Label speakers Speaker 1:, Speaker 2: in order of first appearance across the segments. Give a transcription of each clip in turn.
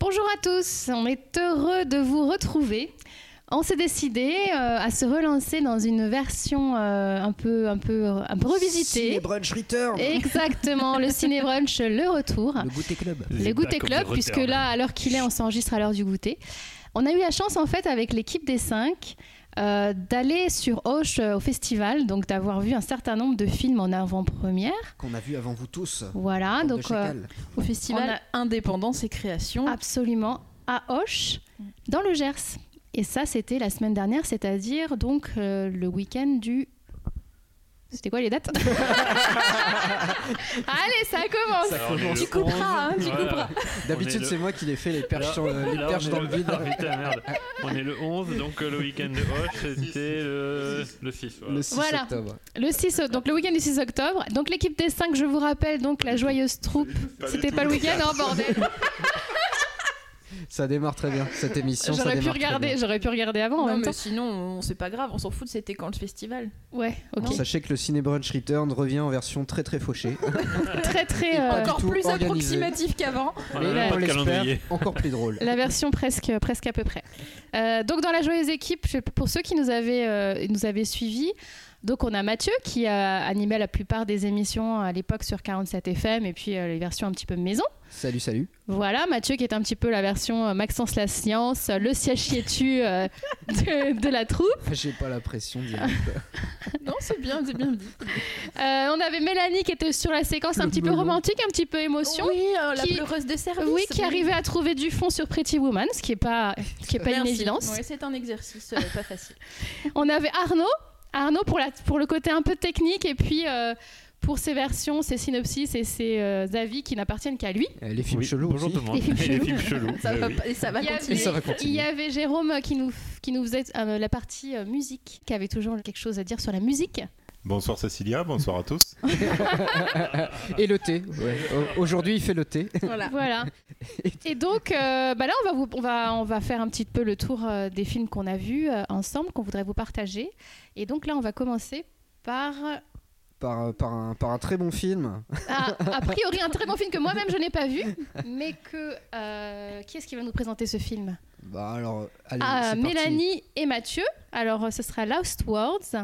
Speaker 1: Bonjour à tous, on est heureux de vous retrouver. On s'est décidé euh, à se relancer dans une version euh, un peu un peu un peu revisitée.
Speaker 2: Ciné Brunch Return.
Speaker 1: Exactement, le ciné brunch, le retour,
Speaker 2: Le goûter club.
Speaker 1: le goûter club,
Speaker 3: Return.
Speaker 1: puisque là, à l'heure qu'il est, on s'enregistre à l'heure du goûter. On a eu la chance en fait avec l'équipe des 5 d'aller sur Auch euh, au festival, donc d'avoir vu un certain nombre de films en avant-première.
Speaker 2: Qu'on a vu avant vous tous.
Speaker 1: Voilà,
Speaker 2: Bande de
Speaker 1: donc euh,
Speaker 2: chacals.
Speaker 4: Au festival Indépendance et Création.
Speaker 1: Ah, Absolument, à Auch,
Speaker 4: Mmh.
Speaker 1: dans le Gers. Et ça, c'était la semaine dernière, c'est-à-dire donc euh, le week-end du. C'était quoi les dates Allez, ça commence.
Speaker 3: Alors, on est
Speaker 4: tu
Speaker 3: le
Speaker 4: couperas, hein, tu
Speaker 3: 11, voilà.
Speaker 4: couperas.
Speaker 5: D'habitude,
Speaker 3: On est
Speaker 5: c'est moi qui les fais les perches, sur, euh, les
Speaker 3: Là, on
Speaker 5: perches
Speaker 3: est
Speaker 5: dans le vide.
Speaker 3: Ah, putain, merde. On est le 11, donc euh, le week-end de Hoche, c'était le, le 6. voilà.
Speaker 5: Le 6
Speaker 1: Voilà.
Speaker 5: octobre.
Speaker 1: Le 6, o- donc le week-end du 6 octobre. Donc l'équipe des 5, je vous rappelle, donc la joyeuse troupe. C'était pas le week-end, oh bordel.
Speaker 5: Ça démarre très bien cette émission. ça
Speaker 1: J'aurais pu
Speaker 5: démarre très
Speaker 1: regarder,
Speaker 5: bien.
Speaker 1: j'aurais pu regarder avant en
Speaker 4: Non,
Speaker 1: même
Speaker 4: mais
Speaker 1: temps.
Speaker 4: sinon, on- c'est pas grave, on s'en fout, c'était quand le festival
Speaker 1: Ouais, ok.
Speaker 5: Alors, Sachez que le Ciné Brunch Return revient en version très très fauchée.
Speaker 1: Très très. euh,
Speaker 5: Pas du
Speaker 4: Encore
Speaker 5: tout
Speaker 4: plus
Speaker 5: organisé.
Speaker 4: approximatif qu'avant.
Speaker 3: On
Speaker 5: Mais
Speaker 3: a même
Speaker 5: on
Speaker 3: pas de calendrier.
Speaker 5: l'espère, encore plus drôle.
Speaker 1: La version presque, presque à peu près. Euh, donc dans la joyeuse équipe, je- pour ceux qui nous avaient, euh, nous avaient suivis, donc on a Mathieu qui a animé la plupart des émissions à l'époque sur 47 FM et puis euh, les versions un petit peu maison.
Speaker 5: Salut, salut.
Speaker 1: Voilà, Mathieu qui est un petit peu la version euh, Maxence la science, euh, le siège chiétu euh, de, de la troupe.
Speaker 5: J'ai pas la pression d'y aller.
Speaker 4: Non, c'est bien, c'est bien dit.
Speaker 1: Euh, on avait Mélanie qui était sur la séquence un
Speaker 5: Le
Speaker 1: petit peu
Speaker 5: melon.
Speaker 1: romantique, un petit peu émotion.
Speaker 4: oui, euh, la
Speaker 1: qui-
Speaker 4: pleureuse de service.
Speaker 1: Oui, qui arrivait à trouver du fond sur Pretty Woman, ce qui n'est pas, ce qui est pas une
Speaker 4: Merci.
Speaker 1: évidence.
Speaker 4: Ouais, c'est un exercice euh, pas facile.
Speaker 1: On avait Arnaud, Arnaud pour, la, pour le côté un peu technique et puis euh, pour ses versions, ses synopsis et ses euh, avis qui n'appartiennent qu'à lui.
Speaker 5: Euh, Les films
Speaker 3: Oui,
Speaker 5: chelous
Speaker 3: Bonjour
Speaker 5: aussi.
Speaker 3: tout le monde.
Speaker 1: Les films
Speaker 3: Et les
Speaker 1: chelous.
Speaker 3: films chelous.
Speaker 4: Ça
Speaker 5: euh,
Speaker 3: bah
Speaker 4: va,
Speaker 3: oui.
Speaker 4: pas- et ça va
Speaker 1: Il y
Speaker 4: continuer.
Speaker 5: ça va
Speaker 1: Il
Speaker 5: continuer.
Speaker 1: y avait Jérôme euh, qui nous, f- qui nous faisait euh, la partie euh, musique, qui avait toujours quelque chose à dire sur la musique.
Speaker 6: Bonsoir Cécilia, bonsoir à tous.
Speaker 5: Et le thé. ouais. Au- Aujourd'hui, il fait le thé.
Speaker 4: Voilà.
Speaker 1: Voilà. Et donc, euh, bah là, on va, vous, on, va, on va faire un petit peu le tour euh, des films qu'on a vus euh, ensemble, qu'on voudrait vous partager. Et donc là, on va commencer par,
Speaker 5: Par, euh, par, un, par un très bon film.
Speaker 1: ah, a priori, un très bon film que moi-même je n'ai pas vu, mais que. euh, qui est-ce qui va nous présenter ce film
Speaker 5: Bah alors, allez,
Speaker 1: Ah,
Speaker 5: c'est parti.
Speaker 1: Mélanie et Mathieu. Alors, euh, ce sera Lost Words.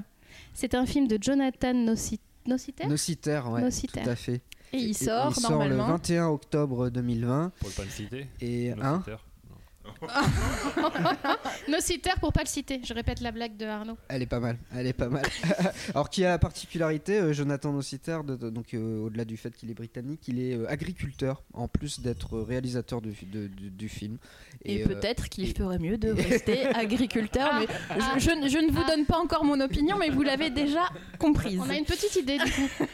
Speaker 1: C'est un film de Jonathan Noci- Nociter.
Speaker 5: Nocitaire, ouais.
Speaker 1: Nocitaire.
Speaker 5: Tout à fait.
Speaker 4: Et il sort
Speaker 5: il sort le
Speaker 4: normalement.
Speaker 5: 21 octobre 2020.
Speaker 3: Pour pas le citer.
Speaker 5: Et
Speaker 3: le
Speaker 5: un,
Speaker 3: citer.
Speaker 1: Nociter pour pas le citer. Je répète la blague de Arnaud.
Speaker 5: Elle est pas mal, elle est pas mal. Alors qui a la particularité, euh, Jonathan Nociter, de- de- donc euh, au-delà du fait qu'il est britannique, il est euh, agriculteur en plus d'être réalisateur du, de- du- du film.
Speaker 4: Et,
Speaker 5: euh,
Speaker 4: peut-être qu'il
Speaker 5: et-
Speaker 4: ferait mieux de rester agriculteur.
Speaker 1: Ah,
Speaker 4: mais je, je ne- je ne vous donne pas encore mon opinion, mais vous l'avez déjà comprise.
Speaker 1: On a une petite idée du coup.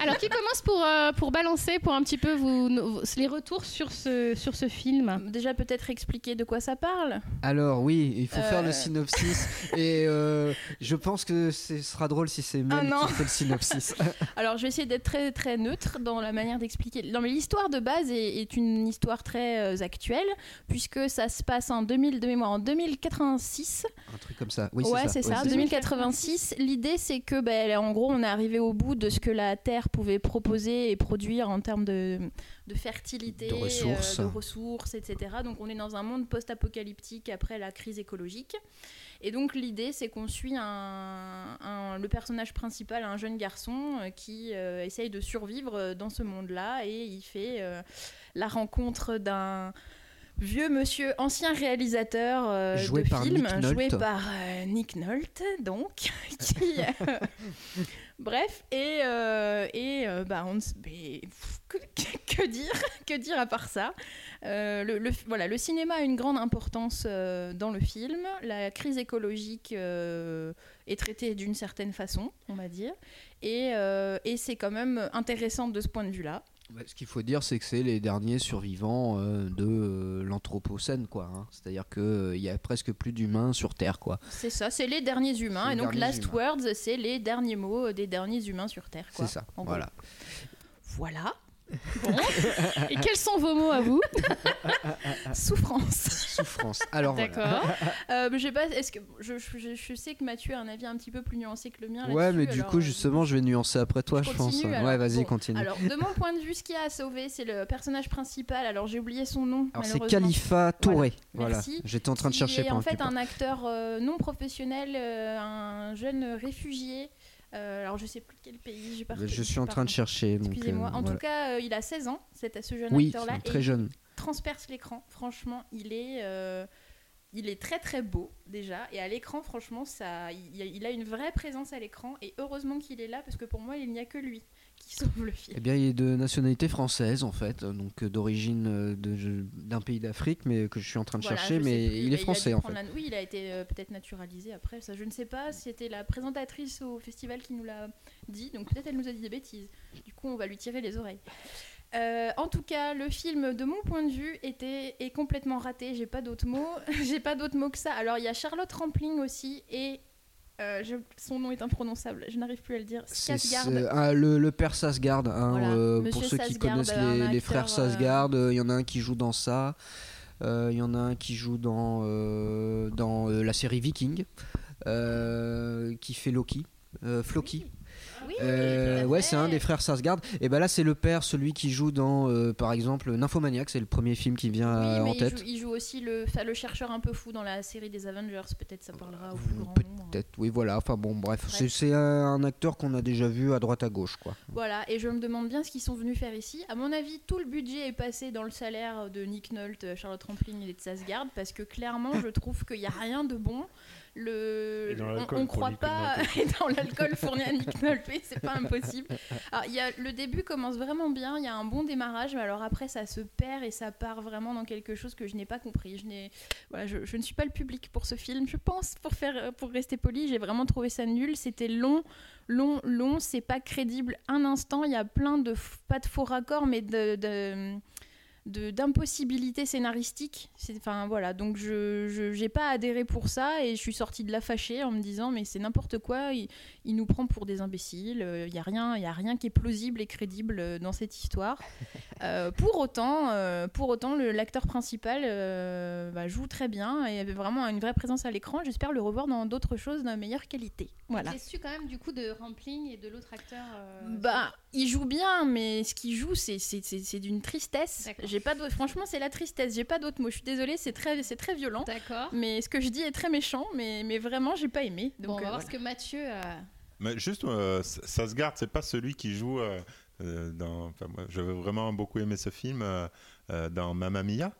Speaker 1: Alors, qui commence pour, euh, pour balancer, pour un petit peu vous, nous- les retours sur ce, sur ce film
Speaker 4: Déjà peut-être expliquer de quoi ça parle.
Speaker 5: Alors oui, il faut faire
Speaker 4: Euh.
Speaker 5: le synopsis et euh, je pense que ce sera drôle si c'est
Speaker 4: Ah
Speaker 5: Mel
Speaker 4: non.
Speaker 5: qui fait le synopsis.
Speaker 4: Alors, je vais essayer d'être très très neutre dans la manière d'expliquer. Non, mais l'histoire de base est, est une histoire très euh, actuelle puisque ça se passe en 2000 de mémoire en 2086.
Speaker 5: Un truc comme ça. Oui,
Speaker 4: ouais,
Speaker 5: c'est ça. Oui,
Speaker 4: 2086. L'idée, c'est que, ben, en gros, on est arrivé au bout de ce que la Terre pouvait proposer et produire en termes de, de fertilité,
Speaker 5: De
Speaker 4: euh,
Speaker 5: ressources.
Speaker 4: de ressources, etc. Donc, on est dans un monde post-apocalyptique après la crise écologique. Et donc, l'idée, c'est qu'on suit un, un- le personnage principal, un jeune garçon euh, qui euh, essaye de survivre euh, dans ce monde-là et il fait euh, la rencontre d'un vieux monsieur, ancien réalisateur euh,
Speaker 5: Joué
Speaker 4: de
Speaker 5: par
Speaker 4: films,
Speaker 5: Nick Nolte.
Speaker 4: joué par euh, Nick Nolte, donc, qui... euh, bref, et, euh, et euh, bah, on ne s- mais, pff, que, que- que dire Que dire à part ça Euh, le, le- Voilà, le cinéma a une grande importance euh, dans le film. La crise écologique euh, est traitée d'une certaine façon, on va dire. Et, euh, et c'est quand même intéressant de ce point de vue-là.
Speaker 5: c'est- ouais, Bah, Ce qu'il faut dire, c'est que c'est les derniers survivants euh, de euh, l'anthropocène, quoi. hein. C'est-à-dire que euh, il y a presque plus d'humains sur Terre, quoi.
Speaker 4: C'est ça, c'est les derniers humains.
Speaker 5: C'est
Speaker 4: Et
Speaker 5: les
Speaker 4: donc,
Speaker 5: derniers
Speaker 4: Last
Speaker 5: humains.
Speaker 4: Words, c'est les derniers mots des derniers humains sur Terre.
Speaker 5: C'est
Speaker 4: Quoi.
Speaker 5: ça.
Speaker 4: en gros.
Speaker 5: Voilà.
Speaker 4: Voilà,
Speaker 1: Et quels sont vos mots à vous
Speaker 5: Ah.
Speaker 4: souffrance.
Speaker 5: France. Alors voilà.
Speaker 1: D'accord.
Speaker 4: Euh, mais je sais pas, est-ce que je, je- je- je sais que Mathieu a un avis un petit peu plus nuancé que le mien.
Speaker 5: Ouais,
Speaker 4: là-dessus,
Speaker 5: mais du
Speaker 4: alors,
Speaker 5: coup,
Speaker 4: euh,
Speaker 5: justement, je vais nuancer après toi, je,
Speaker 4: je
Speaker 5: pense.
Speaker 4: continue,
Speaker 5: ouais,
Speaker 4: alors.
Speaker 5: vas-y,
Speaker 4: Bon,
Speaker 5: continue. Alors,
Speaker 4: Alors, de mon point de vue, ce qui a à sauver, c'est le personnage principal. Alors, j'ai oublié son nom.
Speaker 5: c'est
Speaker 4: malheureusement.
Speaker 5: Khalifa Touré. Voilà.
Speaker 4: Merci.
Speaker 5: J'étais en train de
Speaker 4: qui
Speaker 5: chercher
Speaker 4: est
Speaker 5: pendant
Speaker 4: en
Speaker 5: que tu
Speaker 4: fait
Speaker 5: parlais.
Speaker 4: un acteur euh, non professionnel, euh, un jeune réfugié. Euh, alors, je sais plus de quel pays. j'ai pas
Speaker 5: Bah, Je
Speaker 4: retenu,
Speaker 5: suis en train de
Speaker 4: pardon.
Speaker 5: chercher. donc,
Speaker 4: Excusez-moi.
Speaker 5: euh,
Speaker 4: en
Speaker 5: voilà.
Speaker 4: tout cas, euh, il a 16 ans, c'est ce jeune
Speaker 5: oui,
Speaker 4: acteur-là.
Speaker 5: très
Speaker 4: et
Speaker 5: jeune.
Speaker 4: transperce l'écran. Franchement, il est, euh, il est très très beau déjà. Et à l'écran, franchement, ça, il, y a- il a une vraie présence à l'écran. Et heureusement qu'il est là parce que pour moi, il n'y a que lui qui sauve le film.
Speaker 5: Eh bien, il est de nationalité française en fait, euh, donc euh, d'origine euh, de- je- d'un pays d'Afrique, mais que je suis en train de
Speaker 4: Voilà,
Speaker 5: chercher,
Speaker 4: je
Speaker 5: mais
Speaker 4: sais plus,
Speaker 5: il
Speaker 4: bah,
Speaker 5: est
Speaker 4: a dû
Speaker 5: français en fait.
Speaker 4: prendre la- Oui, il a été euh, peut-être naturalisé après, ça je ne sais pas. C'était la présentatrice au festival qui nous l'a dit, donc peut-être elle nous a dit des bêtises. Du coup, on va lui tirer les oreilles. Euh, en tout cas, le film, de mon point de vue, était est complètement raté. J'ai pas d'autres mots. J'ai pas d'autres mots que ça. Alors, il y a Charlotte Rampling aussi et euh, je- son nom est imprononçable. Je n'arrive plus à le dire.
Speaker 5: C'est
Speaker 4: Skarsgård.
Speaker 5: c'est- ah, le, le père Sasgard, hein,
Speaker 4: Voilà.
Speaker 5: euh,
Speaker 4: Monsieur
Speaker 5: pour ceux qui
Speaker 4: Sarsgaard,
Speaker 5: connaissent
Speaker 4: un
Speaker 5: les, les
Speaker 4: acteur, euh,
Speaker 5: frères Sasgard, il y en a un qui joue dans ça, euh, il y en a un qui joue dans, euh, dans euh, la série Viking, euh, qui fait Loki, euh, Floki.
Speaker 4: Oui,
Speaker 5: Euh,
Speaker 4: tout à
Speaker 5: ouais,
Speaker 4: fait.
Speaker 5: c'est un des frères Sarsgaard. Et ben là, c'est le père, celui qui joue dans, euh, par exemple, Nymphomaniac, c'est le premier film qui me vient
Speaker 4: Oui,
Speaker 5: euh,
Speaker 4: mais
Speaker 5: en
Speaker 4: il
Speaker 5: tête.
Speaker 4: joue- Il joue, aussi le, enfin, le chercheur un peu fou dans la série des Avengers. Peut-être ça parlera au plus
Speaker 5: Ou
Speaker 4: grand nombre.
Speaker 5: Peut-être, oui, voilà. Enfin bon, bref,
Speaker 4: Bref.
Speaker 5: c'est- c'est un, un acteur qu'on a déjà vu à droite à gauche, quoi.
Speaker 4: Voilà, et je me demande bien ce qu'ils sont venus faire ici. À mon avis, tout le budget est passé dans le salaire de Nick Nolte, Charlotte Rampling et de Sasgard, parce que clairement, je trouve qu'il n'y a rien de bon. Le...
Speaker 3: Et dans
Speaker 4: On
Speaker 3: l'alcool
Speaker 4: ne
Speaker 3: pour
Speaker 4: croit
Speaker 3: Nick
Speaker 4: pas et dans l'alcool fourni à Nick Nolte, oui, c'est pas impossible. Alors, il y a... Le début commence vraiment bien, il y a un bon démarrage, mais alors après, ça se perd et ça part vraiment dans quelque chose que je n'ai pas compris. Je, n'ai... Voilà, je... je ne suis pas le public pour ce film, je pense, pour, faire... pour rester poli, j'ai vraiment trouvé ça nul, c'était long long, long, c'est pas crédible un instant. Il y a plein de, f- pas de faux raccords, mais de. de- de- d'impossibilités scénaristiques. C'est- Enfin voilà, donc je je- j'ai pas adhéré pour ça et je suis sortie de là fâchée en me disant mais c'est n'importe quoi, il, il nous prend pour des imbéciles, euh, il y a rien, il y a rien qui est plausible et crédible euh, dans cette histoire. Euh, pour autant, euh, pour autant, le- l'acteur principal euh, bah, joue très bien et avait vraiment une vraie présence à l'écran. J'espère le revoir dans d'autres choses de meilleure qualité. Voilà.
Speaker 1: T'es su quand même du coup de Rampling et de l'autre acteur. euh,
Speaker 4: Bah, il joue bien, mais ce qu'il joue, c'est c'est- c'est- c'est d'une tristesse.
Speaker 1: D'accord.
Speaker 4: J'ai pas d'autre- Franchement, c'est la tristesse. J'ai pas d'autres mots. Je suis désolée, c'est très, c'est très violent.
Speaker 1: D'accord.
Speaker 4: Mais ce que je dis est très méchant, mais, mais vraiment, j'ai pas aimé.
Speaker 1: Bon, on va
Speaker 4: Donc, euh,
Speaker 1: voir
Speaker 4: voilà.
Speaker 1: ce que Mathieu a.
Speaker 6: Mais juste, euh, S- Sasgard, c'est pas celui qui joue euh, euh, dans. Enfin, moi, j'avais vraiment beaucoup aimé ce film euh, euh, dans Mamma Mia.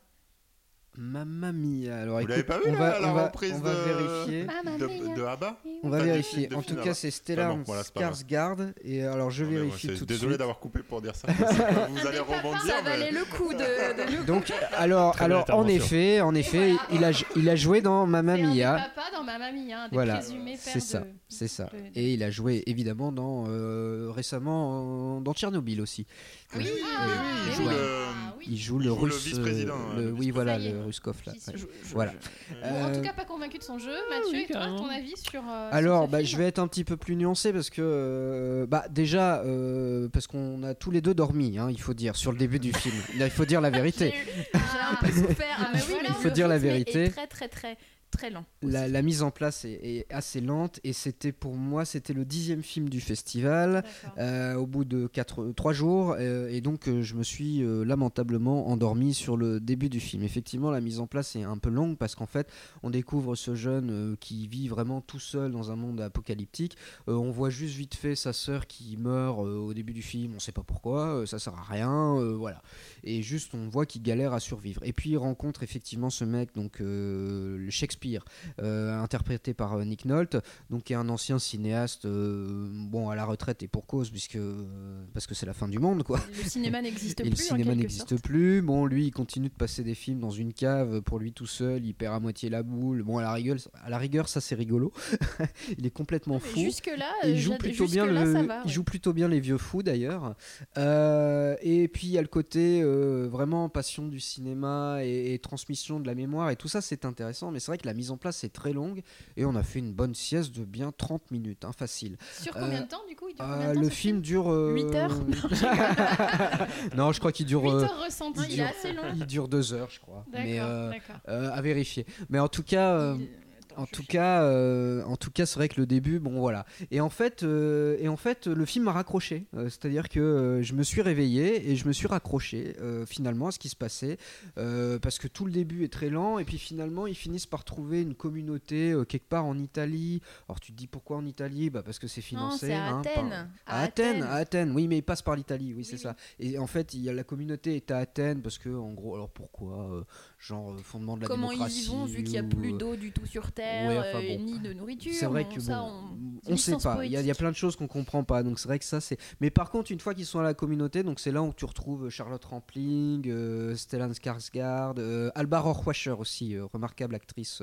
Speaker 5: Mamma mia. Alors,
Speaker 6: Vous
Speaker 5: écoute,
Speaker 6: l'avez pas vu
Speaker 5: on
Speaker 6: là,
Speaker 5: va,
Speaker 6: la
Speaker 5: on va-
Speaker 6: reprise
Speaker 5: on va
Speaker 6: de-
Speaker 5: vérifier.
Speaker 1: Mamma
Speaker 6: De,
Speaker 1: mia.
Speaker 6: de Abba
Speaker 5: On va
Speaker 6: Enfin, du-
Speaker 5: vérifier.
Speaker 6: du
Speaker 5: en tout
Speaker 6: film,
Speaker 5: cas,
Speaker 6: alors.
Speaker 5: c'est Stellar
Speaker 6: Ah bon, voilà, c'est pas grave. Ah
Speaker 5: Skarsgård. Et alors, je
Speaker 6: Non, mais moi,
Speaker 5: vérifie
Speaker 6: c'est-
Speaker 5: tout de
Speaker 6: Désolé
Speaker 5: suite.
Speaker 6: d'avoir coupé pour dire ça. mais c'est pas- vous
Speaker 1: Mais
Speaker 6: allez
Speaker 1: papa,
Speaker 6: rebondir.
Speaker 4: Ça
Speaker 6: mais-
Speaker 4: valait le coup de, de nous.
Speaker 5: Donc, alors,
Speaker 3: Très belle
Speaker 5: alors, en
Speaker 3: intervention.
Speaker 5: effet, en effet,
Speaker 1: voilà.
Speaker 5: il a, il a joué dans Mamma
Speaker 1: C'est un des
Speaker 5: Mia.
Speaker 1: papas dans Mamma Mia, un des
Speaker 5: hein. Voilà,
Speaker 1: présumés pères
Speaker 5: c'est ça,
Speaker 1: de-
Speaker 5: c'est ça.
Speaker 1: de-
Speaker 5: Et il a joué évidemment dans euh, récemment euh, dans Tchernobyl aussi.
Speaker 1: Oui,
Speaker 5: Euh,
Speaker 1: ah,
Speaker 5: il,
Speaker 1: mais
Speaker 5: joue,
Speaker 1: oui.
Speaker 5: le-
Speaker 1: Ah, oui.
Speaker 5: il joue
Speaker 6: Il
Speaker 5: le
Speaker 6: joue le
Speaker 5: russe.
Speaker 6: vice-président,
Speaker 5: euh,
Speaker 6: hein,
Speaker 5: le-
Speaker 6: le
Speaker 5: oui, voilà,
Speaker 1: vice-président.
Speaker 5: le Ruskov là.
Speaker 1: J'y suis.
Speaker 5: Ouais. Voilà.
Speaker 1: Bon, en
Speaker 5: Euh, Ah
Speaker 1: tout cas, pas convaincu de son jeu. Mathieu,
Speaker 3: oui,
Speaker 1: et toi,
Speaker 3: carrément.
Speaker 1: ton avis sur. euh, sur
Speaker 5: Alors,
Speaker 1: ce
Speaker 5: bah,
Speaker 1: film
Speaker 5: je vais être un petit peu plus nuancé parce que, euh, bah, déjà, euh, parce qu'on a tous les deux dormi, hein, il faut dire, sur le début du film. Là, Il faut dire la vérité.
Speaker 4: J'ai eu- j'ai un peu souffert.
Speaker 1: Ah, mais oui, mais
Speaker 4: le
Speaker 1: il faut
Speaker 5: dire la
Speaker 4: rythme est-
Speaker 5: vérité.
Speaker 4: Est très, très, très, très lent.
Speaker 5: La, la mise en place est, est assez lente et c'était pour moi, c'était le dixième film du festival.
Speaker 1: D'accord.
Speaker 5: euh, au bout de quatre, trois jours, euh, et donc euh, je me suis euh, lamentablement endormi sur le début du film. Effectivement, la mise en place est un peu longue parce qu'en fait, on découvre ce jeune euh, qui vit vraiment tout seul dans un monde apocalyptique. Euh, on voit juste vite fait sa sœur qui meurt euh, au début du film, on sait pas pourquoi, euh, ça sert à rien, euh, voilà. Et juste, on voit qu'il galère à survivre. Et puis, il rencontre effectivement ce mec, donc euh, le Shakespeare, euh, interprété par euh, Nick Nolte, donc qui est un ancien cinéaste, euh, bon, à la retraite et pour cause, puisque euh, parce que c'est la fin du monde, quoi.
Speaker 4: Le cinéma n'existe
Speaker 5: Et
Speaker 4: plus.
Speaker 5: le
Speaker 4: en
Speaker 5: cinéma
Speaker 4: quelque
Speaker 5: n'existe
Speaker 4: sorte.
Speaker 5: plus. Bon, lui, il continue de passer des films dans une cave pour lui tout seul. Il perd à moitié la boule. Bon, à la rigueur, à la rigueur ça c'est rigolo. il est complètement
Speaker 4: Mais
Speaker 5: fou.
Speaker 4: Jusque-là,
Speaker 5: Il
Speaker 4: euh,
Speaker 5: joue
Speaker 4: j'a-
Speaker 5: plutôt bien
Speaker 4: jusque-là,
Speaker 5: le,
Speaker 4: ça va,
Speaker 5: il
Speaker 4: ouais.
Speaker 5: joue plutôt bien les vieux fous d'ailleurs. Euh, et puis il y a le côté euh, vraiment passion du cinéma et, et transmission de la mémoire et tout ça c'est intéressant. Mais c'est vrai que la la mise en place est très longue et on a fait une bonne sieste de bien 30 minutes, hein, facile.
Speaker 1: Sur combien
Speaker 5: Euh,
Speaker 1: de temps, du coup il dure
Speaker 5: Euh,
Speaker 1: combien de temps,
Speaker 5: le
Speaker 1: ce
Speaker 5: film dure. euh,
Speaker 4: Huit heures Non,
Speaker 5: Non, je crois qu'il dure.
Speaker 1: 8
Speaker 5: euh,
Speaker 1: heures ressenties,
Speaker 5: il
Speaker 1: il est
Speaker 5: dure-
Speaker 1: assez long.
Speaker 5: Il dure deux heures, je crois. Mais
Speaker 1: D'accord,
Speaker 5: euh,
Speaker 1: d'accord.
Speaker 5: euh, à vérifier. Mais en tout cas. euh,
Speaker 4: Attends,
Speaker 5: en
Speaker 4: je
Speaker 5: tout,
Speaker 4: cherche.
Speaker 5: cas, euh, en tout cas, c'est vrai que le début, bon voilà. Et en fait, euh, et en fait le film m'a raccroché. Euh, C'est-à-dire que euh, je me suis réveillé et je me suis raccroché euh, finalement à ce qui se passait. Euh, parce que tout le début est très lent et puis finalement, ils finissent par trouver une communauté euh, quelque part en Italie. Alors tu te dis pourquoi en Italie bah, Parce que c'est
Speaker 4: Non,
Speaker 5: financé.
Speaker 4: c'est à
Speaker 5: hein, par-
Speaker 4: Athènes.
Speaker 5: à Athènes, à Athènes, oui, mais il passe par l'Italie, oui, c'est
Speaker 4: oui.
Speaker 5: ça. Et en fait, il y a, la communauté est à Athènes parce que, en gros, alors pourquoi euh, Genre, euh, fondement de la
Speaker 4: Comment ils
Speaker 5: démocratie
Speaker 4: y vont vu qu'il n'y a
Speaker 5: ou,
Speaker 4: plus
Speaker 5: euh,
Speaker 4: d'eau du tout sur
Speaker 5: ouais,
Speaker 4: Terre
Speaker 5: enfin,
Speaker 4: euh, et
Speaker 5: bon.
Speaker 4: ni de nourriture
Speaker 5: C'est vrai
Speaker 4: bon,
Speaker 5: que
Speaker 4: ça,
Speaker 5: bon,
Speaker 4: on-
Speaker 5: on ne sait
Speaker 4: licence
Speaker 5: pas. Il y, a- il y a
Speaker 4: poétique.
Speaker 5: plein de choses qu'on comprend pas. Donc c'est vrai que ça c'est. Mais par contre, une fois qu'ils sont à la communauté, donc c'est là où tu retrouves euh, Charlotte Rampling, euh, Stellan Skarsgård, euh, Alba Rohrwacher aussi, euh, remarquable actrice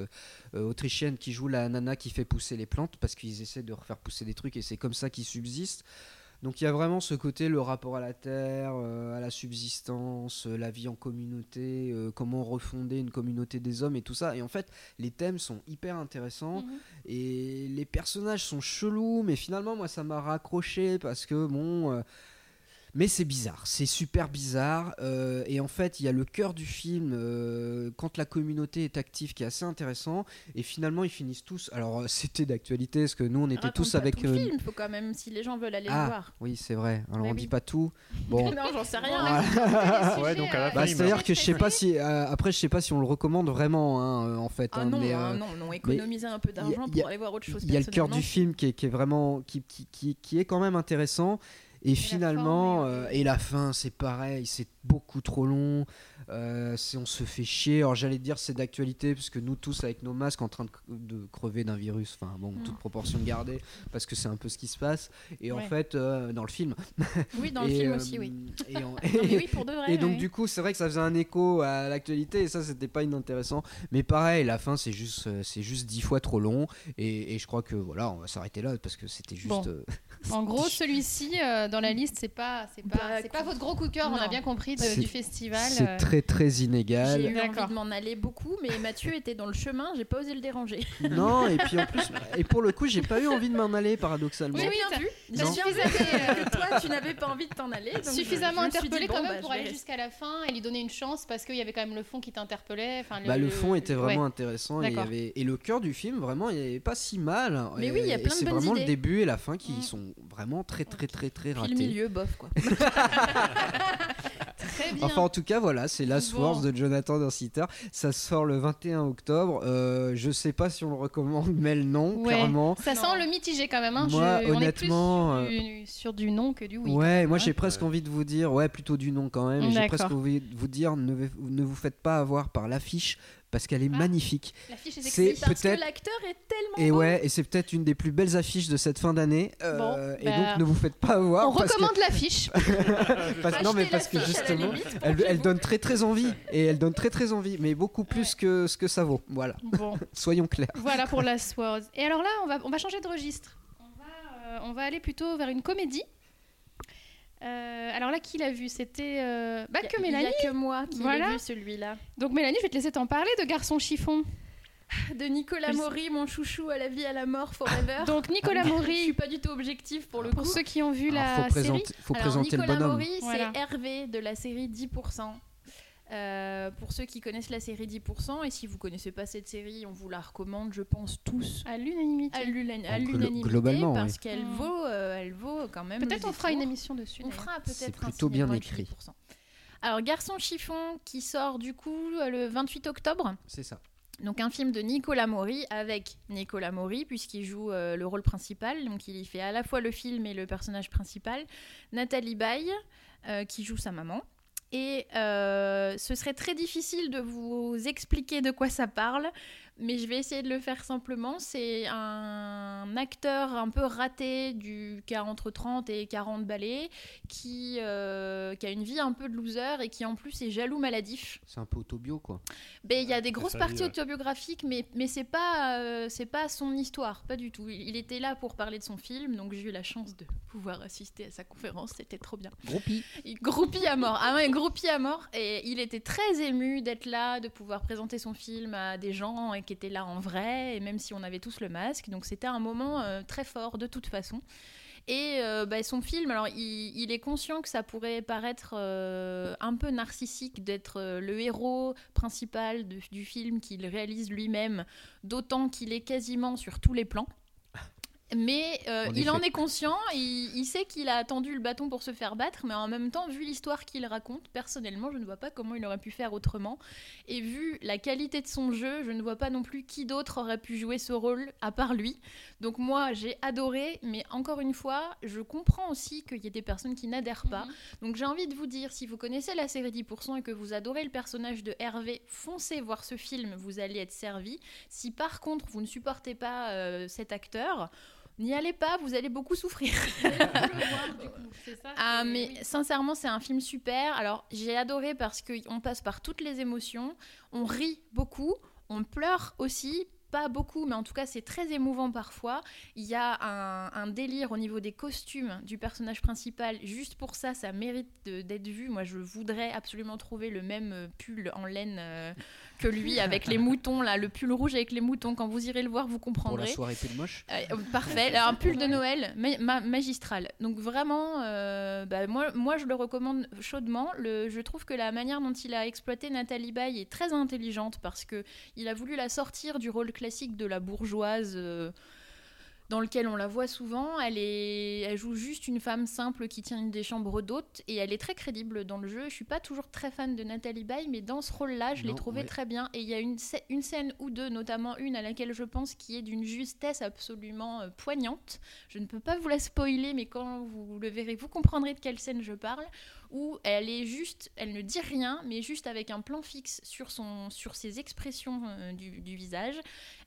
Speaker 5: euh, autrichienne qui joue la nana qui fait pousser les plantes parce qu'ils essaient de refaire pousser des trucs et c'est comme ça qu'ils subsistent. Donc il y a vraiment ce côté, le rapport à la terre, euh, à la subsistance, euh, la vie en communauté, euh, comment refonder une communauté des hommes et tout ça. Et en fait, les thèmes sont hyper intéressants
Speaker 1: Mhm.
Speaker 5: et les personnages sont chelous, mais finalement moi ça m'a raccroché parce que bon... euh, mais c'est bizarre, c'est super bizarre. euh, et en fait, il y a le cœur du film, euh, quand la communauté est active, qui est assez intéressant. Et finalement, ils finissent tous. Alors, euh, c'était d'actualité, parce que nous, on était
Speaker 4: Raconte
Speaker 5: tous
Speaker 4: pas
Speaker 5: avec.
Speaker 4: tout le
Speaker 5: euh,
Speaker 4: film, faut quand même si les gens veulent aller
Speaker 5: Ah.
Speaker 4: le voir.
Speaker 5: oui, c'est vrai. Alors
Speaker 1: Mais
Speaker 5: on
Speaker 1: oui.
Speaker 5: dit pas tout. Bon.
Speaker 4: Non, j'en sais rien.
Speaker 5: Voilà.
Speaker 3: Ouais, donc
Speaker 1: euh,
Speaker 3: à la fin,
Speaker 5: Bah,
Speaker 3: il
Speaker 5: c'est-à-dire que je sais pas si euh, après je sais pas si on le recommande vraiment hein, euh, en fait.
Speaker 4: Ah
Speaker 5: hein,
Speaker 4: non,
Speaker 5: mais,
Speaker 4: ah
Speaker 5: euh,
Speaker 4: non, non, économiser un peu
Speaker 5: y a-
Speaker 4: d'argent
Speaker 5: y a-
Speaker 4: pour aller voir autre chose.
Speaker 5: il y a le cœur du film
Speaker 4: personnellement.
Speaker 5: qui est, qui est vraiment qui, qui, qui, qui est quand même intéressant et, finalement
Speaker 1: forme, et-
Speaker 5: euh, et la fin c'est pareil c'est beaucoup trop long euh, c'est- on se fait chier alors j'allais dire c'est d'actualité parce que nous tous avec nos masques en train de, de crever d'un virus enfin bon
Speaker 4: Mm.
Speaker 5: toute proportion gardée parce que c'est un peu ce qui se passe et en
Speaker 4: Ouais.
Speaker 5: fait euh, dans le film
Speaker 4: Oui, dans le
Speaker 5: Et,
Speaker 4: film
Speaker 5: euh,
Speaker 4: aussi, oui.
Speaker 5: et en-
Speaker 4: Non, mais oui, pour de vrai.
Speaker 5: et donc
Speaker 4: oui.
Speaker 5: du coup, c'est vrai que ça faisait un écho à l'actualité et ça, c'était pas inintéressant. Mais pareil, la fin, c'est juste, euh, c'est juste dix fois trop long. Et, et je crois que voilà, on va s'arrêter là parce que c'était juste.
Speaker 1: Bon.
Speaker 5: euh,
Speaker 1: En gros, celui-ci euh, dans la liste, c'est pas, c'est
Speaker 4: Bah,
Speaker 1: pas, c'est pas votre gros coup de cœur. On a
Speaker 4: non.
Speaker 1: bien compris de-
Speaker 5: C'est-
Speaker 1: du festival.
Speaker 5: c'est
Speaker 1: euh,
Speaker 5: très très
Speaker 4: j'ai
Speaker 5: inégal.
Speaker 4: eu envie
Speaker 1: D'accord.
Speaker 4: de m'en aller beaucoup, mais Mathieu était dans le chemin, j'ai pas osé le déranger.
Speaker 5: Non, et puis en plus, et pour le coup, j'ai pas eu envie de m'en aller paradoxalement.
Speaker 1: Oui,
Speaker 4: J'ai
Speaker 1: oui,
Speaker 4: bien
Speaker 1: t'as-
Speaker 4: vu.
Speaker 1: t'as
Speaker 4: J'ai bien vu
Speaker 1: suffisamment, euh,
Speaker 4: que toi, tu n'avais pas envie de t'en aller. donc je-
Speaker 1: suffisamment
Speaker 4: je me suis dit,
Speaker 1: interpellé
Speaker 4: bon,
Speaker 1: quand
Speaker 4: bah,
Speaker 1: même pour
Speaker 4: je vais
Speaker 1: aller
Speaker 4: rester.
Speaker 1: jusqu'à la fin et lui donner une chance parce qu'il y avait quand même le fond qui t'interpellait. Enfin,
Speaker 5: Bah, le
Speaker 4: Euh,
Speaker 5: fond était vraiment intéressant et, il y
Speaker 1: D'accord.
Speaker 5: avait- et le cœur du film vraiment il est pas si mal.
Speaker 4: Mais
Speaker 5: Et-
Speaker 4: oui, il y a
Speaker 5: et
Speaker 4: plein de
Speaker 5: C'est
Speaker 4: bonnes
Speaker 5: vraiment le
Speaker 4: idées.
Speaker 5: début et la fin qui
Speaker 4: Mm.
Speaker 5: sont vraiment très très très très
Speaker 4: Puis le
Speaker 5: ratés.
Speaker 4: milieu, bof, quoi.
Speaker 1: Très bien.
Speaker 5: Enfin, en tout cas, voilà, c'est Last
Speaker 1: Bon.
Speaker 5: Force de Jonathan Dunsiter. Ça sort le 21 octobre. Euh, je sais pas si on le recommande, mais le nom,
Speaker 1: Ouais.
Speaker 5: clairement.
Speaker 1: ça
Speaker 4: Non.
Speaker 1: sent le mitigé quand même. hein.
Speaker 5: Moi,
Speaker 1: Je- on est plus
Speaker 5: honnêtement, euh,
Speaker 1: sur du- sur du non que du oui.
Speaker 5: ouais, moi
Speaker 1: hein.
Speaker 5: j'ai presque
Speaker 6: Ouais.
Speaker 5: envie de vous dire, ouais, plutôt du nom quand même. et J'ai
Speaker 1: D'accord.
Speaker 5: presque envie de vous dire, ne, ve- ne vous faites pas avoir par l'affiche parce qu'elle est
Speaker 1: Ah.
Speaker 5: magnifique.
Speaker 1: L'affiche est
Speaker 5: C'est
Speaker 1: sexy.
Speaker 4: C'est parce que
Speaker 5: peut-être-
Speaker 4: l'acteur est tellement
Speaker 5: Et
Speaker 4: beau.
Speaker 5: ouais, et c'est peut-être une des plus belles affiches de cette fin d'année. Euh,
Speaker 1: Bon,
Speaker 5: et
Speaker 1: bah,
Speaker 5: donc ne vous faites pas avoir
Speaker 1: On
Speaker 5: parce que
Speaker 1: recommande l'affiche.
Speaker 5: Parce- non mais parce que
Speaker 4: l'affiche, à la
Speaker 5: justement,
Speaker 4: limite,
Speaker 5: elle, elle donne très très envie et elle donne très très envie, mais beaucoup plus que ce que ça vaut. Voilà,
Speaker 1: Bon.
Speaker 5: soyons clairs.
Speaker 1: Voilà pour la Swords. Et alors là, on va, on va changer de registre. On va, euh, on va aller plutôt vers une comédie. Euh, alors là, qui l'a vu C'était euh, bah,
Speaker 4: Il y a-
Speaker 1: que Mélanie.
Speaker 4: Il n'y a que moi qui
Speaker 1: Voilà.
Speaker 4: l'ai vu celui-là.
Speaker 1: Donc Mélanie, je vais te laisser t'en parler de Garçon Chiffon.
Speaker 4: De Nicolas
Speaker 1: Je-
Speaker 4: Maury, mon chouchou à la vie, à la mort, forever.
Speaker 1: Ah, Donc
Speaker 5: Ah,
Speaker 1: Nicolas
Speaker 4: Je
Speaker 1: Maury,
Speaker 4: suis pas du tout objectif pour le
Speaker 1: pour
Speaker 4: coup.
Speaker 1: ceux qui ont vu
Speaker 5: Alors,
Speaker 1: la
Speaker 5: Ah, faut
Speaker 1: série.
Speaker 5: présenter, faut
Speaker 4: Alors,
Speaker 5: présenter le
Speaker 4: Nicolas
Speaker 5: bonhomme.
Speaker 4: Maury,
Speaker 1: Voilà.
Speaker 4: c'est Hervé de la série 10%. Euh, pour ceux qui connaissent la série 10%, et si vous connaissez pas cette série, on vous la recommande, je pense, tous
Speaker 1: À
Speaker 4: à
Speaker 1: l'unanimité.
Speaker 4: l'una- à
Speaker 5: Glo-
Speaker 4: l'unanimité.
Speaker 5: globalement,
Speaker 4: parce
Speaker 5: oui.
Speaker 4: qu'elle
Speaker 1: Mm.
Speaker 4: vaut, euh, elle vaut quand même.
Speaker 1: Peut-être
Speaker 4: le
Speaker 1: on fera une
Speaker 4: détour.
Speaker 1: émission dessus.
Speaker 4: On
Speaker 1: d'ailleurs.
Speaker 4: fera
Speaker 5: C'est
Speaker 4: peut-être un
Speaker 5: plutôt bien
Speaker 4: cinépoint de
Speaker 5: écrit.
Speaker 4: 10%. Alors, Garçon Chiffon, qui sort du coup euh, le 28 octobre.
Speaker 5: C'est ça.
Speaker 4: Donc un film de Nicolas Maury avec Nicolas Maury puisqu'il joue euh, le rôle principal, donc il y fait à la fois le film et le personnage principal, Nathalie Baye euh, qui joue sa maman. Et euh, ce serait très difficile de vous expliquer de quoi ça parle, mais je vais essayer de le faire simplement. C'est un acteur un peu raté du qui a entre 30 et 40 balais, qui, euh, qui a une vie un peu de loser et qui en plus est jaloux maladif.
Speaker 5: C'est un peu autobio quoi.
Speaker 4: Ben, il y a des
Speaker 3: c'est
Speaker 4: grosses
Speaker 3: sa vie,
Speaker 4: parties
Speaker 3: ouais.
Speaker 4: autobiographiques, mais, mais c'est pas, euh, c'est pas son histoire, pas du tout. Il, il était là pour parler de son film, donc j'ai eu la chance de pouvoir assister à sa conférence, c'était trop bien.
Speaker 5: Groupie.
Speaker 4: Il groupie à mort. Ah ouais, groupie à mort et il était très ému d'être là, de pouvoir présenter son film à des gens et qui étaient là en vrai, et même si on avait tous le masque. Donc c'était un moment euh, très fort de toute façon. Et euh, bah, son film, alors il, il est conscient que ça pourrait paraître euh, un peu narcissique d'être euh, le héros principal de- du film qu'il réalise lui-même, d'autant qu'il est quasiment sur tous les plans. Mais euh,
Speaker 5: En
Speaker 4: il en
Speaker 5: effet.
Speaker 4: est conscient, il, il sait qu'il a attendu le bâton pour se faire battre, mais en même temps, vu l'histoire qu'il raconte, personnellement, je ne vois pas comment il aurait pu faire autrement. Et vu la qualité de son jeu, je ne vois pas non plus qui d'autre aurait pu jouer ce rôle à part lui. Donc moi, j'ai adoré, mais encore une fois, je comprends aussi qu'il y ait des personnes qui n'adhèrent pas.
Speaker 1: Mhm.
Speaker 4: Donc j'ai envie de vous dire, si vous connaissez la série 10% et que vous adorez le personnage de Hervé, foncez voir ce film, vous allez être servi. Si par contre, vous ne supportez pas euh, cet acteur... N'y allez pas, vous allez beaucoup souffrir. Ah, mais sincèrement, c'est un film super. Alors, j'ai adoré parce qu'on passe par toutes les émotions, on rit beaucoup, on pleure aussi, pas beaucoup, mais en tout cas, c'est très émouvant parfois. Il y a un, un délire au niveau des costumes du personnage principal. Juste pour ça, ça mérite de- d'être vu. Moi, je voudrais absolument trouver le même euh, pull en laine euh, que lui, avec les moutons, là, le pull rouge avec les moutons. Quand vous irez le voir, vous
Speaker 5: Pour
Speaker 4: comprendrez.
Speaker 5: la soirée plus moche.
Speaker 4: Euh, euh, parfait, Alors, un pull de Noël ma- ma- magistral. Donc vraiment, euh, bah, moi, moi je le recommande chaudement. Le, je trouve que la manière dont il a exploité Nathalie Baye est très intelligente parce que il a voulu la sortir du rôle classique de la bourgeoise. euh, dans lequel on la voit souvent, elle, est, elle joue juste une femme simple qui tient une des chambres d'hôtes et elle est très crédible dans le jeu. Je suis pas toujours très fan de Nathalie Baye, mais dans ce rôle-là, je l'ai
Speaker 5: Non,
Speaker 4: trouvée
Speaker 5: ouais.
Speaker 4: très bien. Et il y a une, scè- une scène ou deux, notamment une à laquelle je pense qui est d'une justesse absolument euh, poignante. Je ne peux pas vous la spoiler, mais quand vous le verrez, vous comprendrez de quelle scène je parle. Où elle est juste, elle ne dit rien, mais juste avec un plan fixe sur, son, sur ses expressions euh, du- du visage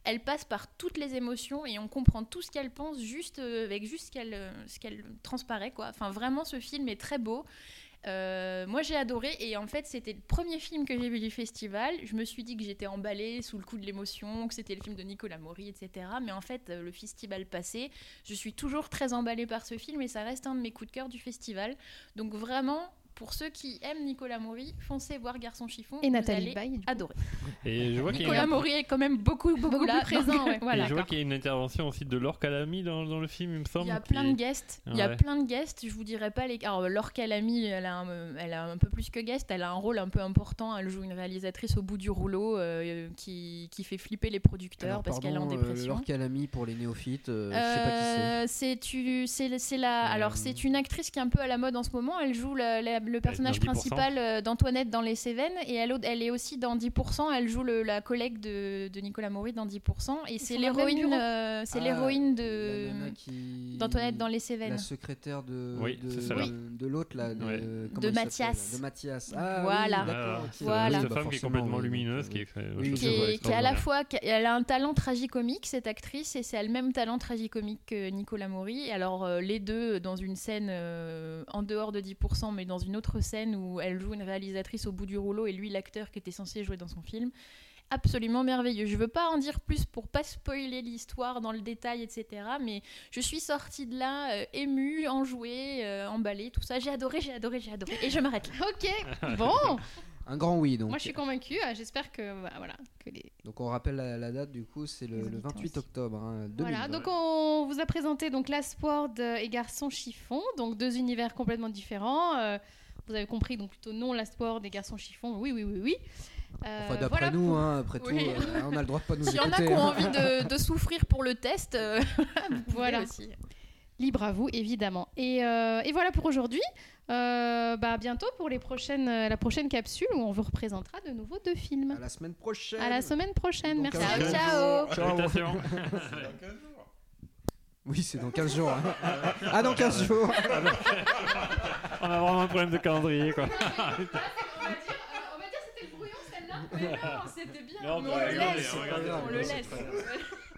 Speaker 4: elle passe par toutes les émotions et on comprend tout ce qu'elle pense juste euh, avec juste ce qu'elle euh, ce qu'elle transparaît quoi. Enfin vraiment ce film est très beau. Euh, moi j'ai adoré et en fait c'était le premier film que j'ai vu du festival. Je me suis dit que j'étais emballée sous le coup de l'émotion, que c'était le film de Nicolas Maury, etc. Mais en fait euh, le festival passé, je suis toujours très emballée par ce film et ça reste un de mes coups de cœur du festival. Donc vraiment pour ceux qui aiment Nicolas Maury, foncez voir Garçon Chiffon.
Speaker 1: Et
Speaker 4: vous
Speaker 1: Nathalie
Speaker 4: allez
Speaker 1: Baye. du coup.
Speaker 4: adorer.
Speaker 3: Et je vois qu'il y, a
Speaker 4: Nicolas
Speaker 3: une-
Speaker 4: Maury est quand même beaucoup beaucoup,
Speaker 1: Beaucoup
Speaker 4: là,
Speaker 1: plus présent,
Speaker 4: donc,
Speaker 1: ouais.
Speaker 3: et
Speaker 4: voilà.
Speaker 3: je vois qu'il y a une intervention aussi de Laure Calami dans, dans le film, il me semble.
Speaker 4: Il y a
Speaker 3: qui-
Speaker 4: plein de guests. Il y a
Speaker 3: Ouais.
Speaker 4: plein de guests. Je vous dirai pas les. Alors, Laure Calami, elle a, un, elle a un peu plus que guest. Elle a un rôle un peu important. Elle joue une réalisatrice au bout du rouleau euh, qui, qui fait flipper les producteurs
Speaker 5: Alors,
Speaker 4: parce qu'elle est en
Speaker 5: pardon, euh,
Speaker 4: dépression.
Speaker 5: Laure Calami pour les néophytes, euh, je sais pas qui c'est.
Speaker 4: Euh, c'est tu- c'est- c'est la-
Speaker 5: Euh,
Speaker 4: alors c'est une actrice qui est un peu à la mode en ce moment. Elle joue la- la- le personnage
Speaker 3: 10%.
Speaker 4: principal euh, d'Antoinette dans Les Cévennes et elle, elle est aussi dans 10%. Elle joue le- la collègue de, de Nicolas Maury dans 10% et
Speaker 1: sont
Speaker 4: c'est
Speaker 1: dans le même
Speaker 4: l'héroïne,
Speaker 1: bureau.
Speaker 4: euh, c'est
Speaker 5: Ah,
Speaker 4: l'héroïne
Speaker 5: La nana
Speaker 4: de
Speaker 5: qui-
Speaker 4: d'Antoinette dans Les Cévennes.
Speaker 5: La secrétaire de,
Speaker 3: Oui,
Speaker 5: de,
Speaker 3: c'est ça, là.
Speaker 5: de l'autre là, de,
Speaker 3: Ouais.
Speaker 5: comment
Speaker 4: De
Speaker 5: il s'appelle,
Speaker 4: Mathias.
Speaker 5: De Mathias. Ah,
Speaker 4: Voilà.
Speaker 5: oui, d'accord, ok.
Speaker 4: Voilà.
Speaker 3: Cette
Speaker 5: Bah,
Speaker 3: femme qui est
Speaker 5: forcément,
Speaker 3: complètement
Speaker 5: oui, donc,
Speaker 3: lumineuse,
Speaker 5: euh,
Speaker 3: qui est,
Speaker 5: oui,
Speaker 3: je
Speaker 5: oui.
Speaker 4: qui,
Speaker 3: trouve
Speaker 4: est, qui est à la
Speaker 3: extraordinaire.
Speaker 4: fois qui- elle a un talent tragicomique cette actrice et c'est elle même talent tragicomique que Nicolas Maury Et alors euh, les deux dans une scène euh, en dehors de 10% mais dans une autre scène où elle joue une réalisatrice au bout du rouleau et lui l'acteur qui était censé jouer dans son film absolument merveilleux je veux pas en dire plus pour pas spoiler l'histoire dans le détail etc mais je suis sortie de là euh, émue enjouée euh, emballée tout ça j'ai adoré j'ai adoré j'ai adoré et je m'arrête là
Speaker 1: Ok, bon.
Speaker 5: Un grand oui donc.
Speaker 1: Moi, je suis convaincue. euh, J'espère que, bah, voilà, que les...
Speaker 5: Donc on rappelle la, la date du coup, c'est
Speaker 1: Les
Speaker 5: le, le
Speaker 1: auditeurs
Speaker 5: 28
Speaker 1: aussi.
Speaker 5: octobre hein, 2020.
Speaker 1: Voilà, donc on vous a présenté donc l'Asport et Garçon Chiffon, donc deux univers complètement différents. Euh, vous avez compris, donc plutôt non l'Asport et Garçon Chiffon. Oui, oui, oui, oui. Euh,
Speaker 5: Enfin, d'après
Speaker 1: voilà
Speaker 5: nous,
Speaker 1: pour-
Speaker 5: hein, après
Speaker 1: Oui.
Speaker 5: tout, euh, on a le droit de pas nous
Speaker 4: s'il y en a
Speaker 5: écouter.
Speaker 4: qui ont
Speaker 5: hein.
Speaker 4: envie de, de souffrir pour le test euh, vous pouvez
Speaker 1: Voilà.
Speaker 4: aussi. euh,
Speaker 1: Libre à vous, évidemment. Et, euh, et voilà pour aujourd'hui. Euh, bah, à bientôt pour les prochaines, euh, la prochaine capsule où on vous représentera de nouveau deux films.
Speaker 5: À la semaine prochaine.
Speaker 1: À la semaine prochaine.
Speaker 5: Donc,
Speaker 1: Merci.
Speaker 5: à
Speaker 4: Ciao,
Speaker 5: la-
Speaker 4: ciao.
Speaker 5: Ciao.
Speaker 3: Invitation.
Speaker 6: C'est dans 15 jours.
Speaker 5: Oui, c'est dans 15 jours. hein. Ah, dans 15 jours.
Speaker 3: On a vraiment un problème de calendrier, quoi.
Speaker 1: Ah, On va dire, c'était le brouillon celle-là, mais non, c'était bien.
Speaker 3: Non, on Mais on va le rigoler, hein. laisse, on va
Speaker 5: regarder. on le laisse.
Speaker 1: laisse.